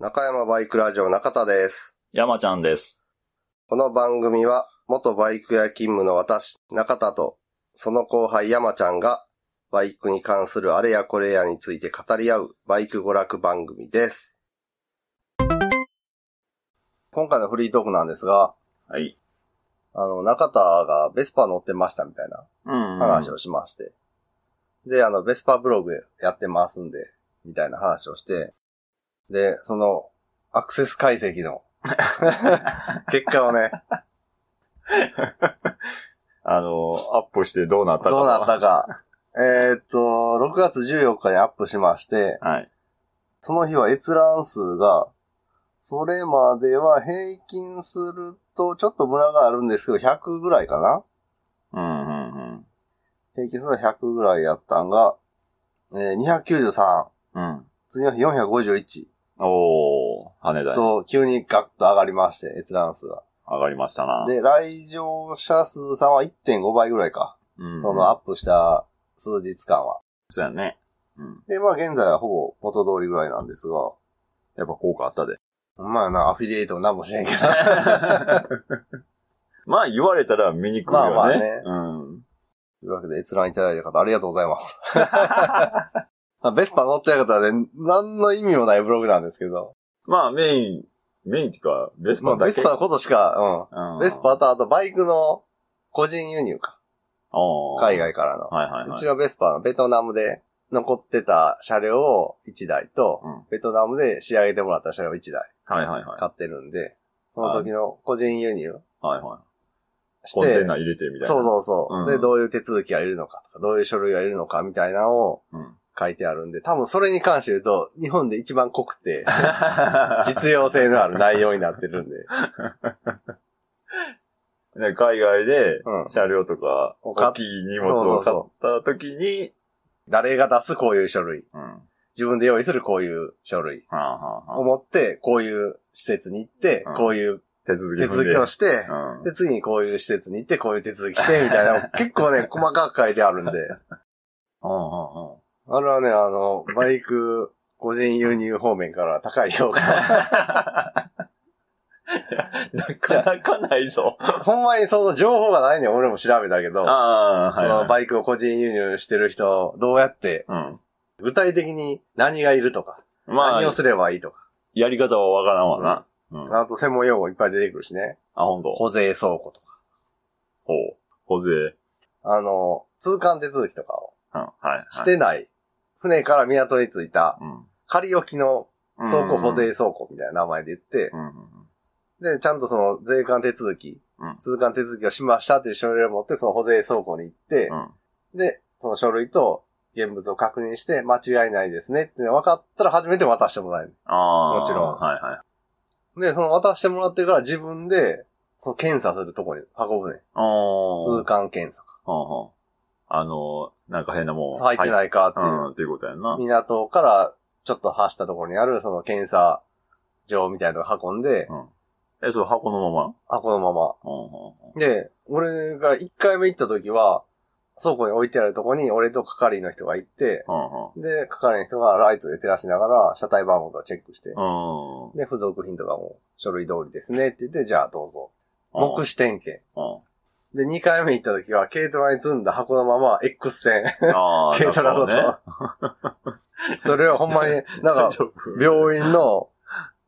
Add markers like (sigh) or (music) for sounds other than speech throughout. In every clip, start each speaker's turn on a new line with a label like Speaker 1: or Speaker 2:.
Speaker 1: 中山バイクラジオ中田です。
Speaker 2: 山ちゃんです。
Speaker 1: この番組は、元バイク屋勤務の私、中田と、その後輩山ちゃんが、バイクに関するあれやこれやについて語り合う、バイク娯楽番組です。今回のフリートークなんですが、
Speaker 2: はい。
Speaker 1: あの、中田がベスパ乗ってましたみたいな
Speaker 2: うん
Speaker 1: 話をしまして。で、あの、ベスパブログやってますんで、みたいな話をして、で、その、アクセス解析の (laughs) 結果を (laughs) ね、
Speaker 2: あの、アップしてどうなったか。
Speaker 1: どうなったか。えーっと、6月14日にアップしまして、
Speaker 2: はい。
Speaker 1: その日は閲覧数が、それまでは平均すると、ちょっとムラがあるんですけど、100ぐらいかな
Speaker 2: うんうんうん。
Speaker 1: 平均すると100ぐらいやったんが、えー293、
Speaker 2: うん。
Speaker 1: 次の日451。
Speaker 2: おー、羽田に
Speaker 1: と、急にガッと上がりまして、閲覧数が。
Speaker 2: 上がりましたな。
Speaker 1: で、来場者数さんは1.5倍ぐらいか。
Speaker 2: うん、
Speaker 1: そのアップした数日間は。
Speaker 2: そうやね。うん。
Speaker 1: で、まあ現在はほぼ元通りぐらいなんですが、
Speaker 2: やっぱ効果あったで。
Speaker 1: まあな、アフィリエイトも何もしないけど。
Speaker 2: (laughs) まあ言われたら見に来るよね。
Speaker 1: まあまあね
Speaker 2: うん。
Speaker 1: というわけで閲覧いただいた方ありがとうござい
Speaker 2: (laughs)
Speaker 1: ます。まあベスパ乗ってた方はね、何の意味もないブログなんですけど。
Speaker 2: まあメイン、メインっていうか、ベス
Speaker 1: ま
Speaker 2: パ
Speaker 1: あ
Speaker 2: だ
Speaker 1: ベ
Speaker 2: け。
Speaker 1: スパのことしか、
Speaker 2: う
Speaker 1: うんん。ベスパとあとバイクの個人輸入か。
Speaker 2: あー
Speaker 1: 海。外からの。
Speaker 2: はいはいうは
Speaker 1: ち
Speaker 2: い。
Speaker 1: のベスパーのベトナムで残ってた車両を1台と、
Speaker 2: うん
Speaker 1: ベトナムで仕上げてもらった車両1台
Speaker 2: はいはいはい。
Speaker 1: 買ってるんで、その時の個人輸入
Speaker 2: はいはい。
Speaker 1: し
Speaker 2: コンテ
Speaker 1: て
Speaker 2: ナ、入れてみたいな。
Speaker 1: そうそうそう、
Speaker 2: うん
Speaker 1: で、どういう手続きがいるのかとか、どういう書類がいるのかみたいなのを
Speaker 2: う。うん。 (laughs)
Speaker 1: 書いてあるんで、多分それに関して言うと、日本で一番濃く
Speaker 2: (laughs)
Speaker 1: て、実用性のある内容になってるんで、
Speaker 2: ね、海外で
Speaker 1: うん
Speaker 2: 車両とか、
Speaker 1: を買っ
Speaker 2: 大きい荷物を買った時に、
Speaker 1: 誰が出すこういう書類、
Speaker 2: うん。は
Speaker 1: 自分で用意するこういう書類
Speaker 2: あはあ
Speaker 1: を
Speaker 2: はあ
Speaker 1: 持って、こういう施設に行って
Speaker 2: うん、
Speaker 1: こういう
Speaker 2: 手続き
Speaker 1: 手
Speaker 2: 踏ん
Speaker 1: 続
Speaker 2: で。
Speaker 1: きをして
Speaker 2: う、ん。
Speaker 1: で、次にこういう施設に行って、こういう手続きして、みたい
Speaker 2: (laughs)
Speaker 1: な、結構ね、細かく書いてあるんで。
Speaker 2: うんうんうん。
Speaker 1: あれはね、あの、バイク、個人輸入方面から高い評
Speaker 2: (laughs)
Speaker 1: 価。
Speaker 2: なかなかないぞ。
Speaker 1: ほんまにその情報がないねん俺も調べたけど、
Speaker 2: ああ、
Speaker 1: そ
Speaker 2: はい、
Speaker 1: の
Speaker 2: はい。
Speaker 1: バイクを個人輸入してる人、どうやって、
Speaker 2: うん。
Speaker 1: 具体的に何がいるとか、
Speaker 2: ま
Speaker 1: 何を
Speaker 2: あ、
Speaker 1: すればいいとか、
Speaker 2: やり方はわからんわな。うん。あ、
Speaker 1: あと専門用語いっぱい出てくるしね。
Speaker 2: ほんと。ほ
Speaker 1: 保税倉庫とか、
Speaker 2: う。ほぜ。
Speaker 1: あの、通関手続きとかを
Speaker 2: うん。はい、はい。
Speaker 1: してない、船から港に着いた
Speaker 2: うん。
Speaker 1: 仮置きの倉庫保
Speaker 2: うん
Speaker 1: 税。倉庫みたいな名前で言って、
Speaker 2: うんうん
Speaker 1: で、ちゃんとその税関手続き、
Speaker 2: うん
Speaker 1: 通関手続きをしましたという書類を持って、その保税倉庫に行って
Speaker 2: う、ん。
Speaker 1: で、その書類と現物を確認して、間違いないですねっていうのが分かったら初めて渡してもらえる。
Speaker 2: ああ。
Speaker 1: もちろん
Speaker 2: はいはい。
Speaker 1: で、その渡してもらってから自分で、その検査するとこに運ぶねん。
Speaker 2: おー。
Speaker 1: 通関検査か。
Speaker 2: ほうほうあの、なんか変なもん。
Speaker 1: 入って
Speaker 2: い。
Speaker 1: ないかっていう。
Speaker 2: うん、っていうことやんな。
Speaker 1: 港からちょっと走ったところにある、その検査場みたいなのを運んで、
Speaker 2: え、それ箱のまま
Speaker 1: あ、このまま
Speaker 2: うんうんうん
Speaker 1: で、俺が一回目行った時は、倉庫に置いてあるとこに俺と係員の人が行って、
Speaker 2: うん
Speaker 1: で、係員の人がライトで照らしながら、車体番号とかチェックして、
Speaker 2: うん。うん。
Speaker 1: で、付属品とかも書類通りですねって言って、じゃあどうぞ。目
Speaker 2: 目
Speaker 1: 視点検。
Speaker 2: うん。
Speaker 1: で、二回目行った時は、軽トラに積んだ箱のまま X 線、(laughs)
Speaker 2: ああ、
Speaker 1: 軽トラご
Speaker 2: なるほ
Speaker 1: と。
Speaker 2: (laughs)
Speaker 1: それはほんまに、なんか、
Speaker 2: どね、
Speaker 1: 病院の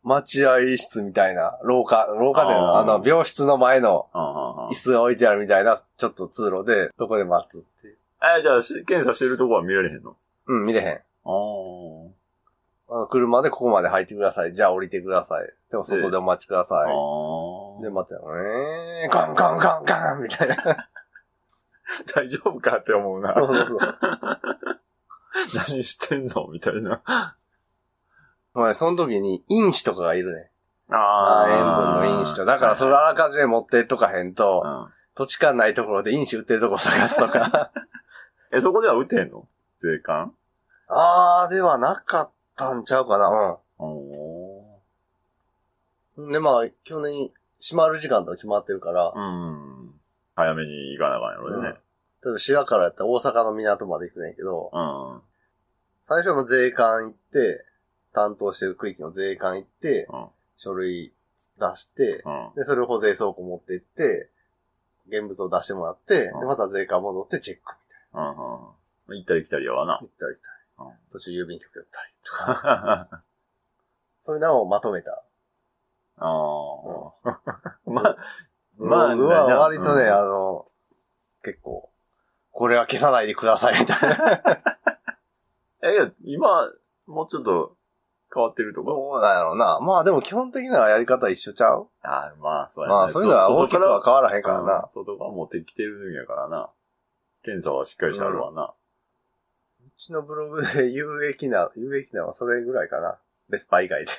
Speaker 1: 待合室みたいな、廊下、廊下での、
Speaker 2: あ
Speaker 1: あ
Speaker 2: ー
Speaker 1: の、病室の前の
Speaker 2: 病
Speaker 1: 椅子が置いてあるみたいな、ちょっと通路で、そこで待つっていう。
Speaker 2: え、じゃあ、し検査してるとこは見られへんの
Speaker 1: うん、見れへん。
Speaker 2: あ
Speaker 1: あの、車でここまで入ってください。じゃあ降りてください。でも外でお待ちくだ
Speaker 2: あ。
Speaker 1: さい。
Speaker 2: ああ
Speaker 1: で、待ってたのね、えー、ガンガンガンガンみ (laughs) たいな。
Speaker 2: 大丈夫かって思うな
Speaker 1: そ。 (laughs) うそうそう。
Speaker 2: 何してんのみたいな。
Speaker 1: お前、その時に、因子とかがいるね。あ
Speaker 2: あ
Speaker 1: 塩分の因子と。だから、それあらかじめ持ってっとかへんと、
Speaker 2: は
Speaker 1: 土地勘ないところで因子売ってるとこ探すとか。
Speaker 2: い。え、そこでは打てんの税関
Speaker 1: (laughs) あー、ではなかったんちゃうかな。
Speaker 2: お
Speaker 1: うん。で、まあ、基本的に、閉まる時間とか決まってるから
Speaker 2: ー。、うん。早めに行かなあかんやろうね。
Speaker 1: 例えば、滋賀からやったら大阪の港まで行くねんけど、
Speaker 2: うん。
Speaker 1: 最初はもう税関行って、担当してる区域の税関行って、
Speaker 2: うん
Speaker 1: 書類出して、
Speaker 2: うん。
Speaker 1: で、それを保税倉庫持って行って、現物を出してもらって、
Speaker 2: うん
Speaker 1: で、また税関戻ってチェック
Speaker 2: うんうん。行ったり来たりや (laughs) わ
Speaker 1: 行ったり来たり
Speaker 2: うん、
Speaker 1: 途中郵便局やったりとか、 (laughs)
Speaker 2: な。
Speaker 1: そういうのをまとめた。
Speaker 2: ああ。 (laughs) まあ、ま
Speaker 1: ま
Speaker 2: あ
Speaker 1: あ、僕は
Speaker 2: なな
Speaker 1: 割とね、
Speaker 2: うん
Speaker 1: あの、結構、これは消さないでくださいみ (laughs) たいな。
Speaker 2: え、いや、今、もうちょっと変わってるとか。
Speaker 1: どうなんやろうな。まあでも基本的なやり方一緒ちゃう
Speaker 2: ああ、まあ、そうやね
Speaker 1: まあそういうのは大きくは変わらへん
Speaker 2: 外か
Speaker 1: から
Speaker 2: ら
Speaker 1: な。
Speaker 2: 外側持ってきてるんやからな。検査はしっかりしてあるわな。
Speaker 1: うちのブログで有益な、有益なのはそれぐらいかな。ベスパ以
Speaker 2: (laughs)
Speaker 1: 外で。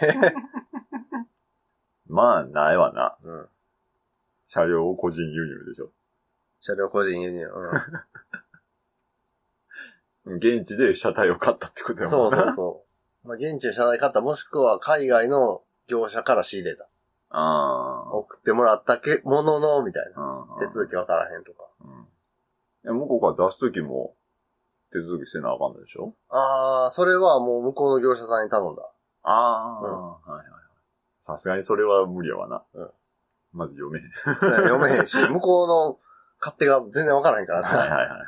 Speaker 2: まあ、ないわな。
Speaker 1: うん。
Speaker 2: 車両を個人輸入でしょ。
Speaker 1: 車両個人輸入。うん。
Speaker 2: 現地 (laughs) で車体を買ったってことや
Speaker 1: そ
Speaker 2: もん
Speaker 1: う
Speaker 2: な。
Speaker 1: そうそう。まあ現地の車内買った、もしくは海外の業者から仕入れた。
Speaker 2: あ
Speaker 1: 送ってもらったけ、ものの、みたいな。
Speaker 2: あ。
Speaker 1: 手続きわからへんとか。
Speaker 2: うん。え、向こうから出すときも手続きしてなあかんのでしょ
Speaker 1: ああ、それはもう向こうの業者さんに頼ん
Speaker 2: (laughs)
Speaker 1: だ。
Speaker 2: ああ、
Speaker 1: うん
Speaker 2: はいはいはい。さすがにそれは無理やわな。
Speaker 1: うん
Speaker 2: まず読めへん。
Speaker 1: 読めへんし、向こうの勝手が全然わからへんから
Speaker 2: はい
Speaker 1: な。
Speaker 2: はいはい。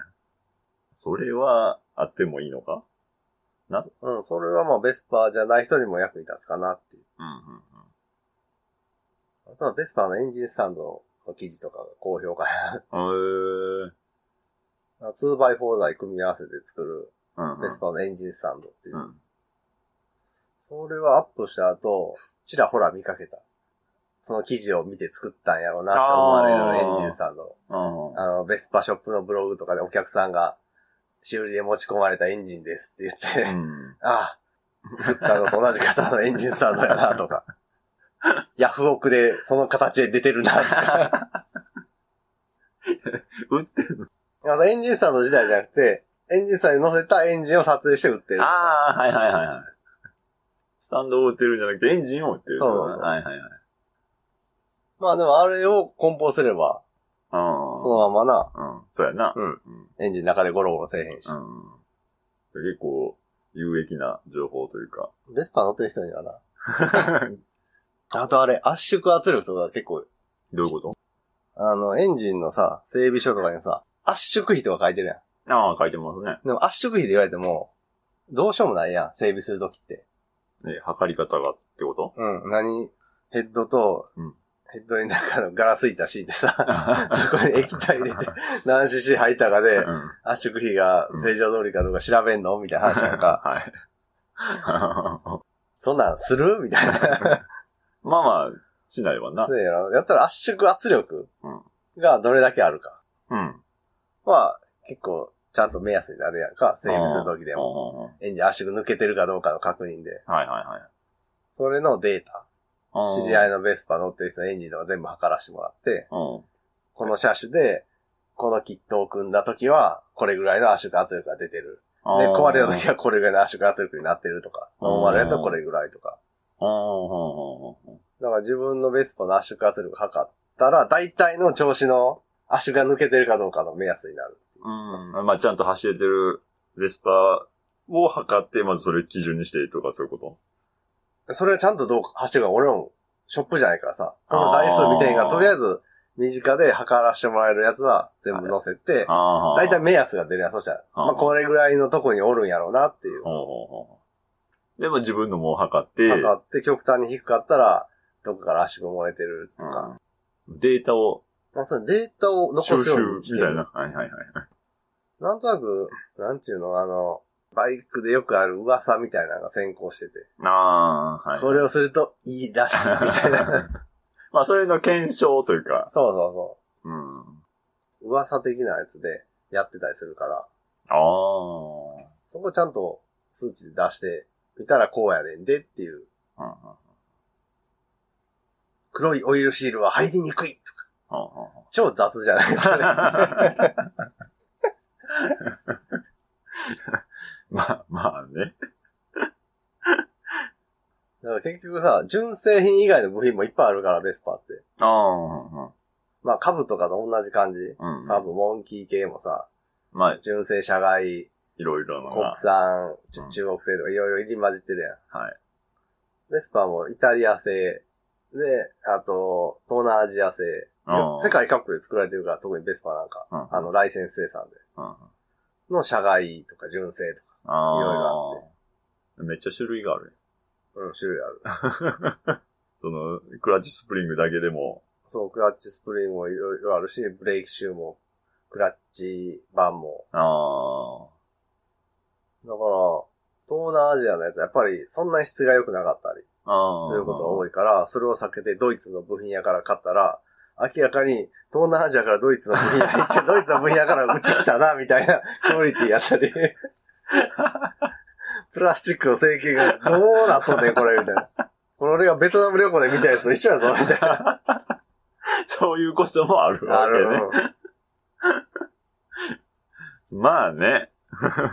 Speaker 2: それはあってもいいのか
Speaker 1: うん、それはまあベスパーじゃない人にも役に立つかなっていう。
Speaker 2: うんうんうん。
Speaker 1: あとはベスパーのエンジンスタンドの記事とかが好評か
Speaker 2: えー、
Speaker 1: な。2x4 台組み合わせて作
Speaker 2: うん、うん。
Speaker 1: るベスパーのエンジンスタンドっていう。
Speaker 2: うん。
Speaker 1: それはアップした後、ちらほら見かけた。その記事を見て作ったんやろうなって思われるエンジンスタンド。
Speaker 2: ああ
Speaker 1: あの、ベスパショップのブログとかでお客さんが、修理で持ち込まれたエンジンですって言って、
Speaker 2: うん。
Speaker 1: (laughs) ああ、作ったのと同じ型のエンジンスタンドやなとか、 (laughs) ヤフオクでその形で出てるなと
Speaker 2: (laughs)
Speaker 1: か。
Speaker 2: 売って
Speaker 1: あの、エンジンスタンド自体じゃなくて、エンジンスタンドに乗せたエンジンを撮影して売ってる。
Speaker 2: ああ、はいはいはいはい。スタンドを売ってるんじゃなくてエンジンを売ってる。
Speaker 1: そうそうそう
Speaker 2: はいはいはい。
Speaker 1: まあでもあれを梱包すれば、そ
Speaker 2: あ
Speaker 1: のままな、
Speaker 2: あ。うん。そうやな。
Speaker 1: うん
Speaker 2: うん。
Speaker 1: エンジンの中でゴロゴロせえへんし。
Speaker 2: うん。結構、有益な情報というか。 (laughs)
Speaker 1: ベスパ乗ってる人にはな。あとあれ、圧縮圧力とか結構、
Speaker 2: どういうこと
Speaker 1: あの、エンジンのさ、整備書とかにさ、圧縮費とか書いてるやん。
Speaker 2: ああ、書いてますね。
Speaker 1: でも圧縮費で言われても、どうしようもないやん、整備するときって。
Speaker 2: ね、測り方がってこと
Speaker 1: うん。何ヘッドと、
Speaker 2: うん
Speaker 1: ヘッドに中のガラス板敷いてさ、そこに液体入れて、何 cc 入ったか (laughs) で、
Speaker 2: うん
Speaker 1: 圧縮費が正常通りかどうか調べんのみたいな話なんか、
Speaker 2: (laughs) はい。
Speaker 1: そんなんするみたいな。
Speaker 2: まあまあ、しないわな。
Speaker 1: そうやろやったら圧縮圧力がどれだけあるか
Speaker 2: うん。
Speaker 1: は、結構、ちゃんと目安になるやんか、整備するときでも。
Speaker 2: も。
Speaker 1: エンジン圧縮抜けてるかどうかの確認で。
Speaker 2: はいはいはい
Speaker 1: それのデータ。
Speaker 2: ああ。
Speaker 1: 知り合
Speaker 2: い。
Speaker 1: いのベスパ乗ってる人のエンジンとか全部測らせてもらって、
Speaker 2: うん。
Speaker 1: この車種で、このキットを組んだ時は、これぐらいの圧縮圧力が出てる。で、壊れた時
Speaker 2: は。
Speaker 1: はこれぐらいの圧縮圧力になってるとか、
Speaker 2: うん
Speaker 1: ノーマルやったらこれぐらいとか。
Speaker 2: ああ
Speaker 1: だから自分のベスパの圧縮圧力測ったら、大体の調子の圧縮が抜けてるかどうかの目安になる。
Speaker 2: うん。まあ、ちゃんと走れてるレスパーを測って、まずそれ基準にしてとかそういうこ
Speaker 1: それはちゃんとどう走ってるか、俺もショップじゃないからさ、その台数みたいなのが、
Speaker 2: あー
Speaker 1: とりあえず身近で測らせてもらえるやつは全部乗せて
Speaker 2: と、ああ。
Speaker 1: 大体目安が出るやん、そしたら。
Speaker 2: あー
Speaker 1: まあ、これぐらいのとこにおるんやろうなっていう。
Speaker 2: ほうほうほう。でも自分のも測って、
Speaker 1: 測って極端に低かったら、どこから圧縮漏れてるとか。
Speaker 2: うんデータを
Speaker 1: まあ、そのデータを残
Speaker 2: 収
Speaker 1: す
Speaker 2: 集
Speaker 1: ようにして
Speaker 2: みたい
Speaker 1: る。
Speaker 2: な。はいはいはい。
Speaker 1: なんとなく、なんちゅうの、あの、バイクでよくある噂みたいなのが先行してて、
Speaker 2: ああ、はい。
Speaker 1: これをするといいらしい
Speaker 2: (laughs)
Speaker 1: みたいな。
Speaker 2: まあ、それの検証というか、
Speaker 1: そうそうそ
Speaker 2: うん。
Speaker 1: う。噂的なやつでやってたりするから、
Speaker 2: ああ。
Speaker 1: そこちゃんと数値で出してみたらこうやねんでっていう。
Speaker 2: うんうん
Speaker 1: 黒いオイルシールは入りにくいとか。
Speaker 2: うん
Speaker 1: 超雑じゃない
Speaker 2: (laughs)
Speaker 1: ですか、ね。
Speaker 2: うんまあ、まあね。
Speaker 1: だから結局さ、純正品以外の部品もいっぱいあるから、ベスパって。
Speaker 2: ああ、
Speaker 1: まあ、株とかと同じ感じ。
Speaker 2: うん。
Speaker 1: 株、モンキー系もさ、
Speaker 2: まあ、
Speaker 1: 純正、社外、
Speaker 2: いろいろなの
Speaker 1: 国
Speaker 2: が。
Speaker 1: 産、ち
Speaker 2: うん
Speaker 1: 中国製とかいろいろ入り混じってるやん。
Speaker 2: はい。
Speaker 1: ベスパーもイタリア製、で、あと、東南アジア製。
Speaker 2: あー
Speaker 1: 世界各国で作られてるから、特にベスパーなんか、
Speaker 2: うん
Speaker 1: あの、ライセンス生産で。
Speaker 2: うんうん
Speaker 1: の社外とか純正とか、
Speaker 2: あー
Speaker 1: いろいろ
Speaker 2: めっちゃ種類があるね。
Speaker 1: うん、種類ある。
Speaker 2: その、クラッチスプリングだけでも、
Speaker 1: そう、クラッチスプリングもいろいろあるし、ブレーキシューも、クラッチ板も。
Speaker 2: あ
Speaker 1: だから、東南アジアのやつはやっぱりそんなに質が良くなかったり
Speaker 2: あ、ああ。
Speaker 1: することが多いから、それを避けてドイツの部品屋から買ったら、明らかに東南アジアからドイツの部品屋に行って、ドイツの部品屋からうち来たな、みたいなクオリティやったり。プラスチックの成形がどうなっとんねん、これ、みたいな。これ俺がベトナム旅行で見たやつと一緒やぞ、みたいな。
Speaker 2: (laughs) そういうこともあるわ
Speaker 1: あ
Speaker 2: けね。
Speaker 1: る。
Speaker 2: まあね。